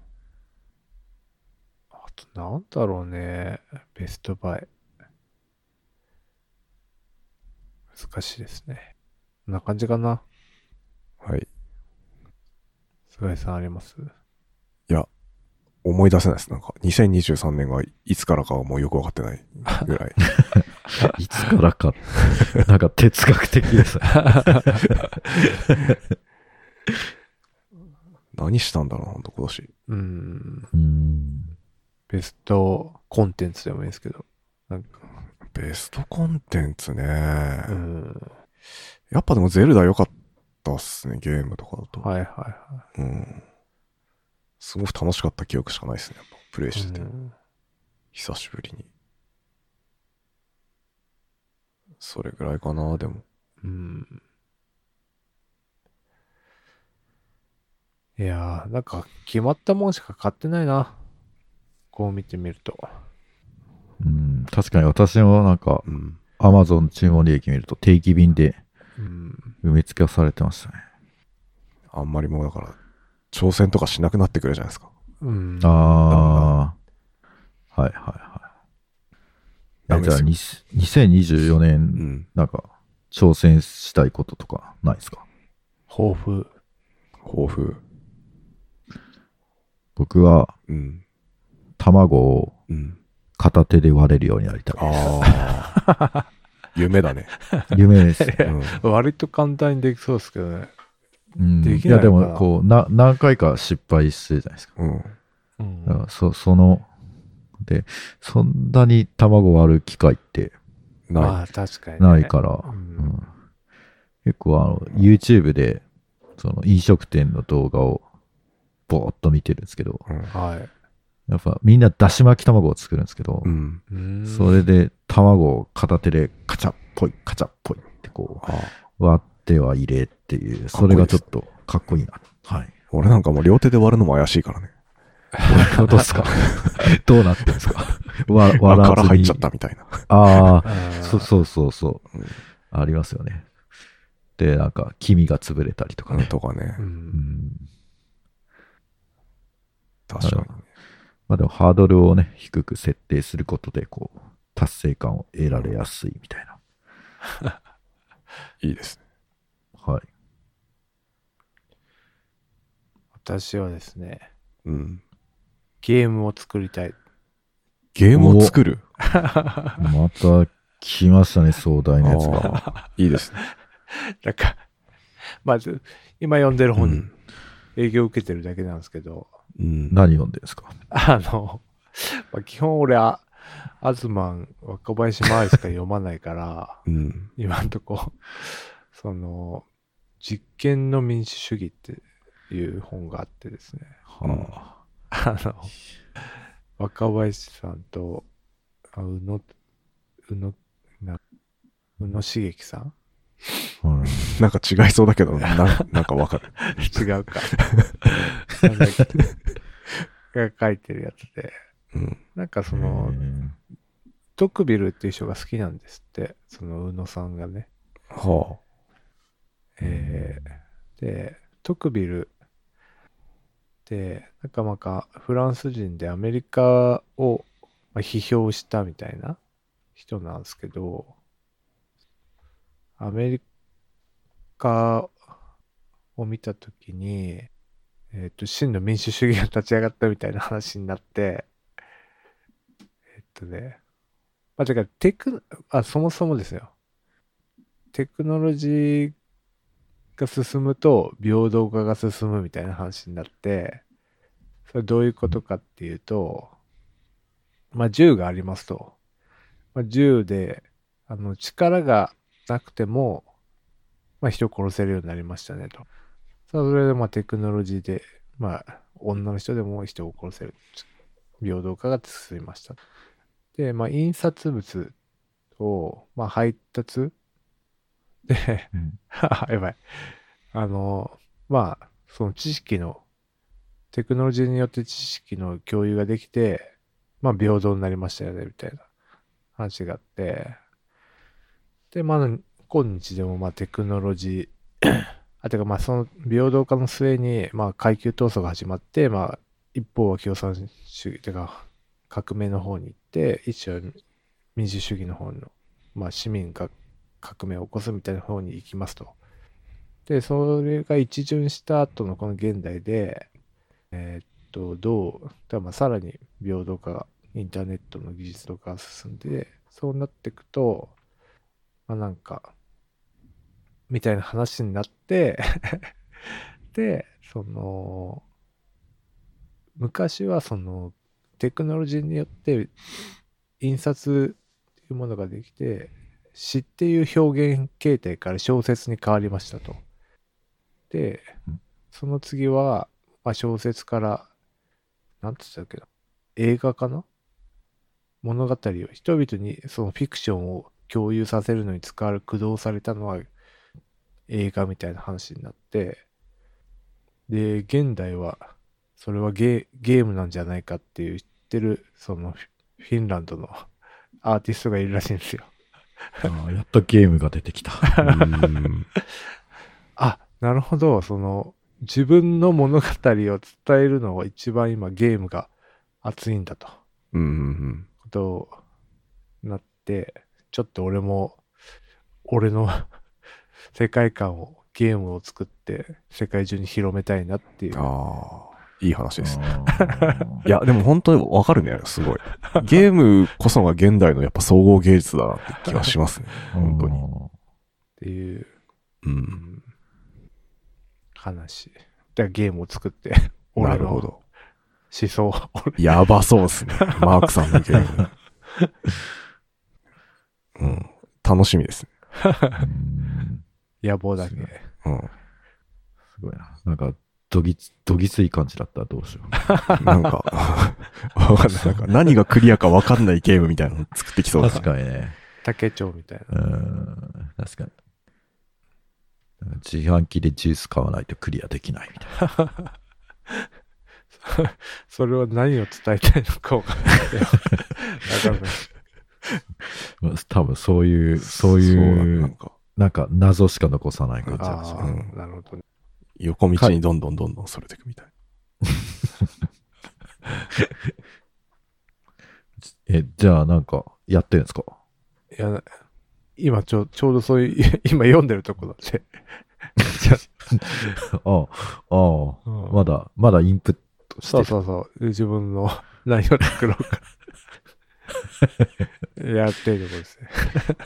S2: あと、なんだろうね。ベストバイ。難しいですね。こんな感じかな。
S1: はい。
S2: 菅井さんあります
S1: 思い出せないです。なんか、2023年がいつからかはもうよくわかってないぐ らい。
S3: いつからか。 なんか哲学 的ですね。
S1: 何したんだろうな、ほんと今年。
S2: うん。
S3: うん。
S2: ベストコンテンツでもいいですけど。なんか、
S1: ベストコンテンツね。
S2: うん。
S1: やっぱでもゼルダ良かったっすね、ゲームとかだと。
S2: はいはいは
S1: うん。すごく楽しかった記憶しかないですね、やっぱプレイ
S2: い。
S1: してて。
S2: うん
S1: 久しぶりに。それぐらいかな、でも。
S2: うん。いやー、なんか決まったもんしか買ってないな。こう見てみると。
S3: うん、確かに私もなんか、
S1: うん。
S3: アマゾン注文履歴見ると定期便で
S2: うん。
S3: 埋め付けはされてましたね。
S1: あんまりもうだから、挑戦とかしなくなってくるじゃないですか。
S2: うん。
S3: ああ。はいはい
S1: ダ
S3: はい。
S1: メ
S3: え
S1: で
S3: じゃあ、
S1: すよ
S3: にし2024
S1: う
S3: 年、
S1: ん。
S3: なんか、挑戦したいこととかないですか
S2: 抱負。
S1: 豊富。
S3: 僕は、
S1: うん。
S3: 卵を
S1: うん。
S3: 片手で割れるようになりたい。
S1: ああ。 夢だね。
S3: 夢で すね。
S1: うん。
S2: 割と簡単にできそうですけどね。
S3: うん、
S2: で
S3: い
S2: きない
S3: や、
S2: のか
S3: で
S2: な
S3: も、こう、な、何回か失敗してるじゃないですか。
S1: うん。
S2: う
S3: だか
S2: ん。
S3: らそ、その、で、そんなに卵割る機会って
S1: ない。
S2: まあ、確かに、ね。
S3: ないから、
S2: う
S3: うんん結構あの、YouTube で、その飲食店の動画をぼーっと見てるんですけど、
S1: うん
S2: はい。
S3: やっぱみんなだし巻き卵を作るんですけど、
S1: うん。
S2: うん
S3: それで卵を片手でカチャッぽい、カチャッぽいってこ
S1: ああ。
S3: う割っては入れっていう、
S1: かっこ
S3: そ
S1: いい
S3: れ
S1: で
S3: が
S1: す
S3: ち
S1: ね
S3: ょっとかっこいいな。はい。
S1: 俺なんかもう両手で割るのも怪しいからね。
S3: どうですかどうなってるんですかわ
S1: あ、
S3: 割らずに
S1: から入っちゃったみたいな。
S3: あ
S2: あー
S3: あ、そうそうそうそう、
S1: うん
S3: ありますよね。で、なんか黄身が潰れたりとかね。
S1: とかね
S2: う。。
S3: うんん
S1: 確かにね。
S3: まあでもハードルをね、低く設定することで、こう、達成感を得られやすいみたいな。
S1: いいですね。
S3: はい。
S2: 私はですね、
S1: うん。
S2: ゲームを作りたい。
S1: ゲームを作る
S3: また来ましたね、壮大なやつが。
S1: ああいいですね。
S2: なんか、まず、今読んでる
S1: う
S2: 本、
S1: ん。
S2: 営業受けてるだけなんですけど、
S1: うん
S3: 何読んでるんですか
S2: あの、まあ、基本俺あ、アズマン、若林周りしか読まないから、
S1: うん。
S2: 今んとこ、 その、実験の民主主義っていう本があってですね、
S3: は
S2: あの、若林さんと、あ宇野、宇野、な宇野茂樹さん
S3: あ、うん
S1: なんか違いそうだけど、ななんかわかる。
S2: 違うか。なんだっけが書いてるやつで、
S1: うん。
S2: なんかその、ドクビルっていう人が好きなんですって、その宇野さんがね。
S1: は
S2: えーで、トクビルで、なんかなんかフランス人でアメリカをまあ批評したみたいな人なんですけど、アメリカを見たときに、えっ、と、真の民主主義が立ち上がったみたいな話になって、えっ、とね、まあ、てか、テク、あ、そもそもですよ。テクノロジーが進むと平等化が進むみたいな話になってそれどういうことかっていうとまあ、銃がありますと。まあ、銃で、あの、力がなくても、まあ、人を殺せるようになりましたねと。さあ、それで、まあ、テクノロジーで、まあ、女の人でも人を殺せる。平等化が進みました。で、まあ、印刷物を、まあ、配達で、
S3: うん
S2: やばい。あの、まあ、その知識の、テクノロジーによって知識の共有ができて、まあ、平等になりましたよね、みたいな話があって、で、まあ、今日でも、まあ、テクノロジー、あ、てか、まあ、その平等化の末に、まあ、階級闘争が始まって、まあ、一方は共産主義、てか、革命の方に行って、一応民主主義の方の、まあ、市民が革命を起こすみたいな方に行きますと。で、それが一巡した後のこの現代で、えーっと、どう、だからまあさらに平等化、インターネットの技術とかが進んで、そうなっていくと、まあなんか、みたいな話になって、 で、その、昔はその、テクノロジーによって、印刷というものができて、詩っていう表現形態から小説に変わりましたと。で
S3: うん、
S2: その次は、まあ、小説から、なんつったっけな、映画かな物語を人々にそのフィクションを共有させるのに使われ、駆動されたのは映画みたいな話になって、で、現代は、それはゲーゲームなんじゃないかっていう言ってる、そのフィフィンランドのアーティストがいるらしいんですよ。
S3: ああやっとゲームが出てきた。
S1: うん
S2: あ、なるほど。その、自分の物語を伝えるのが一番今ゲームが熱いんだと。
S1: うんうん
S2: ことになって、ちょっと俺も、俺の 世界観を、ゲームを作って、世界中に広めたいなっていう
S1: うん。。ああ、いい話です。
S3: あ
S1: いや、でも本当にわかるね、すごい。ゲームこそが現代のやっぱ総合芸術だなって気はしますね。
S3: ー
S1: 本当に。
S2: っていう、
S1: う。
S2: うんん話。だからゲームを作って、
S1: な
S2: 俺
S1: る
S2: の
S1: ほ
S2: 思
S1: ど。
S2: 想、俺
S1: やばそうですね。マークさんのゲーム。うん。楽しみですね。
S3: うん
S2: 野望だけ
S3: す。ごい
S1: うん。
S3: すごいな。なんか、どぎつ、どぎつい感じだったらどうしよ う。
S1: なんか、 わかんない。なんか何がクリアかわかんないゲームみたいなの作ってきそうだ
S3: 確かにね。
S2: 竹町みたいな。
S3: うん、確かに。なんか自販機でジュース買わないとクリアできないみたいな。
S2: それは何を伝えたいのかわか んないけどわかんない。
S3: まあ多分そういう、そう
S1: そう
S3: い
S1: だなん
S3: う、
S1: か、
S3: なんか謎しか残さない感じだ
S2: ああ、
S1: うん
S2: なるほどね。
S1: 横道にどんどんどんどんそれていくみたい。
S3: え、じゃあなんか、やってるんですか
S2: いや、今ちょちょうどそういう、 今読んでるとこなんで。
S3: ああ、ああ、
S2: うん
S3: まだ、まだインプットして
S2: そう
S3: る。
S2: そうそう。自分の 何を作ろうか。やってるとこですね。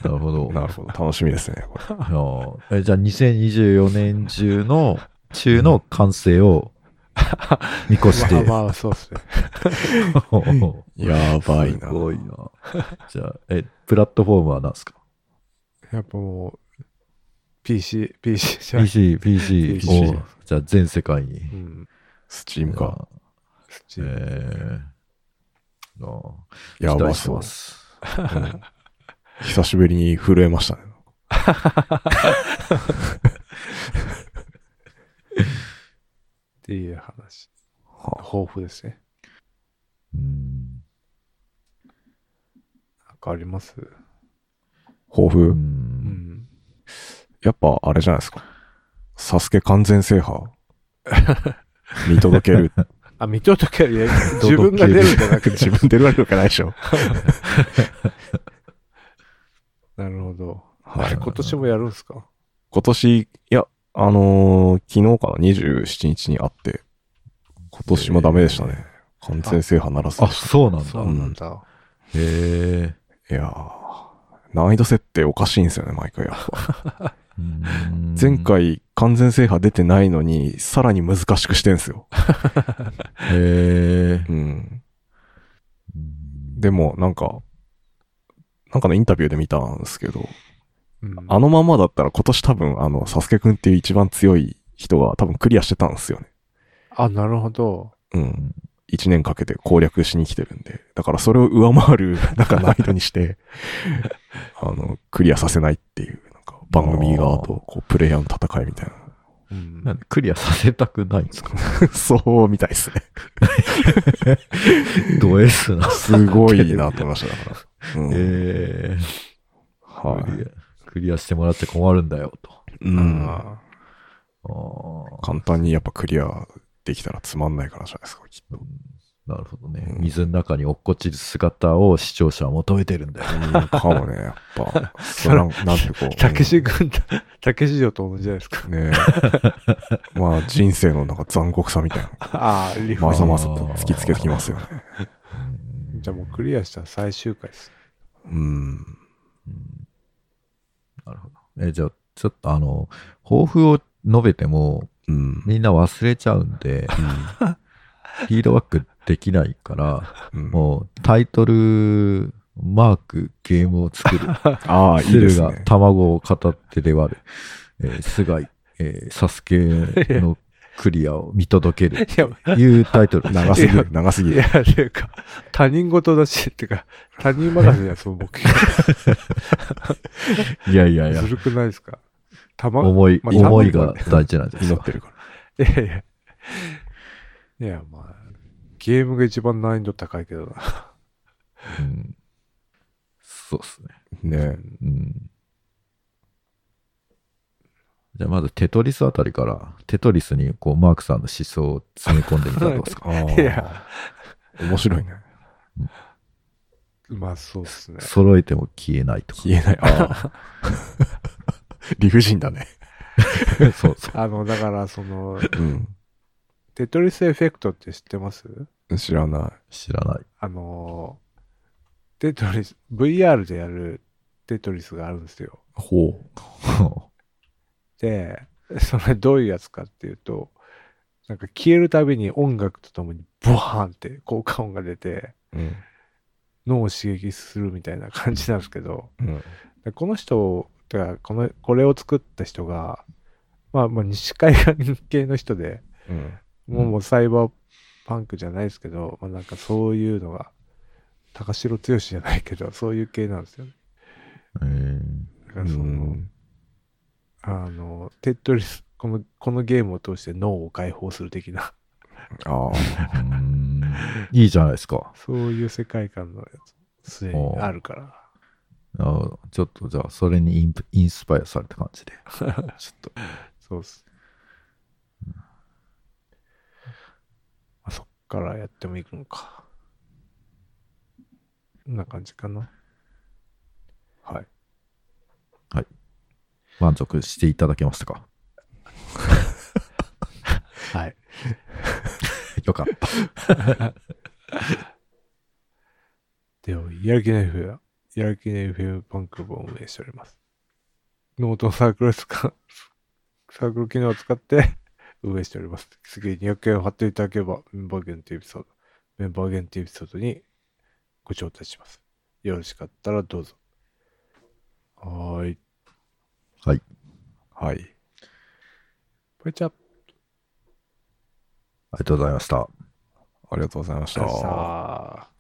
S3: なるほど。
S1: なるほど。楽しみですね。これ
S3: ああえじゃあ2024年中の、中の完成を 見越して。
S2: まあまあ、そうですね。
S1: やばいな。
S3: すごいな。じゃあ、え、プラットフォームは何ですか
S2: やっぱもう、PC、PC じゃない。
S3: ?PC、PC を
S2: PC、
S3: じゃあ全世界に。
S2: うん。
S1: スチームか。
S2: ス
S3: じ
S2: チ
S3: ゃあ。
S2: ーム
S3: えー、ああ
S1: や
S3: 期
S1: ば
S3: 待して
S1: そう
S3: ま。す。
S1: うん久しぶりに震えましたね。
S2: っていう話。
S1: はあ
S2: 豊富ですね。
S3: うん。
S2: なんかあります
S1: 抱負、
S3: う。
S2: うんん。
S1: やっぱあれじゃないですか。サスケ完全制覇 見届ける。
S2: あ、見とけいや自分が出るんじゃなくて。
S1: 自分出るわけいかないでしょ。
S2: なるほど。
S1: はい
S2: あれ、今年もやるんすか
S1: 今年、いや、あのー昨日から27日に会って、今年もダメでしたね。完全制覇ならず
S3: あ、
S1: でし
S3: そうなんだ
S2: そう。なんだ。
S3: へえ。
S1: た。いやー難易度設定おかしいんですよね、毎回やっぱ。
S3: うん
S1: 前、回完全制覇出てないのに、さらに難しくしてんすよ。
S3: へえ
S1: う。ん。
S3: うん
S1: でも、なんか、なんかのインタビューで見たんですけど、
S2: うん
S1: あのままだったら今年多分、あの、サスケくんっていう一番強い人が多分クリアしてたんですよね。
S2: あ、なるほど。
S1: うん。一年かけて攻略しに来てるんで。だからそれを上回る、 なんか難易度にして、 あの、クリアさせないっていう、なんか番組側と、こう、プレイヤーの戦いみたい
S2: うん
S3: なんでクリアさせたくないんですか
S1: な。 そうみたいですね。
S3: ド S な。
S1: すごいなと思いました、だ から。うん
S3: えー
S1: はい。
S3: クリアクリアしてもらって困るんだよと。
S1: うん。
S2: あ
S3: ああ
S1: 簡単にやっぱクリアできたらつまんないからじゃないですか、きっと。
S3: なるほどね。
S1: うん
S3: 水の中に落っこちる姿を視聴者は求めてるんだよ。
S1: うんかもね、やっぱ。そうなんなんていうこ
S2: ー
S1: う。
S2: たけし軍団、たけし城と同じじゃないですか。
S1: ね えまあ人生のなんか残酷さみたいな。
S2: ああ、リフ
S1: ま
S2: ァ
S1: ざ
S2: ー。
S1: まざと突きつけてきますよね。
S2: じゃあもうクリアしたら最終回です。
S1: うん。
S3: うんなるほど。え、じゃあ、ちょっとあの、抱負を述べても、
S1: うん。
S3: みんな忘れちゃうんで、フィードバックできないから、
S1: うん
S3: もうタイトル、マーク、ゲームを作る。
S1: ああ、いいで
S3: ル
S1: す
S3: が
S1: ね。
S3: 卵を片手で割る。えー、菅井、えーサスケのクリアを見届ける。
S2: いや、
S3: いうタイトルです。
S1: 長すぎる、長すぎ
S2: い
S1: る。
S2: や、ていうか、他人事だし、っていうか、他人任せじゃん、その目標。
S3: いやいやいや
S2: ず、るくないですかたま、
S3: 思い、
S2: まあ
S3: 思いが大事なんです
S1: 祈
S3: よ
S1: っ。てるから。
S2: いやいや。いや、まあ、ゲームが一番難易度高いけどな。
S3: うんそうですね。
S1: ね
S3: うんじゃあまずテトリスあたりから、テトリスにこうマークさんの思想を詰め込んでみたらどうですか。
S1: あ
S2: いや
S1: あ。面白いね。
S2: まあ、そうですね。
S3: 揃えても消えないとか。
S1: 消えない。ああ。 理不尽だね。
S3: そうそ
S2: あの、だから、その、
S1: うん。
S2: テトリスエフェクトって知ってます
S1: 知らな
S3: う。知らない。
S2: あの、テトリス、VR でやるテトリスがあるんですよ。
S1: い。ほ
S2: で、それどういうやつかっていうと、なんか消えるたびに音楽とともにボワーンって効果音が出て、
S1: う。うん。
S2: 脳を刺激するみたいな感じなんですけど、
S1: うん。
S2: でこの人、てかこの、これを作った人が、まあ、まあ西海岸系の人で、
S1: うん。
S2: もう
S3: うん
S2: もうサイバーパンクじゃないですけど、まあ、なんかそういうのが、高城剛じゃないけど、そういう系なんですよね。
S3: えー
S2: だからその、あの、テッドリス、この、このゲームを通して脳を解放する的な、
S1: ああ。
S3: うーんいいじゃないですか。
S2: そういう世界観のやつ、すで
S3: お
S2: に
S3: う
S2: あるから。
S3: あのちょっとじゃあ、それにインプインスパイアされた感じで。ちょっと。
S2: そうっす。まあ、そっからやってもいくのか。こんな感じかな。はい。
S3: 満足していただけましたか
S2: はい。
S3: よかった。
S2: では、やる気ない FM、やる気ない FM パンク部を運営しております。ノートのサークルを使う、 サークル機能を使って 運営しております。次200円を貼っていただければ、メンバー限定エピソード、メンバー限定エピソードにご招待します。よろしかったらどうぞ。はーい。
S3: はい。
S1: はい。
S2: こんにちは。
S3: ありがとうございました。
S1: ありがとうございました。
S2: さあ。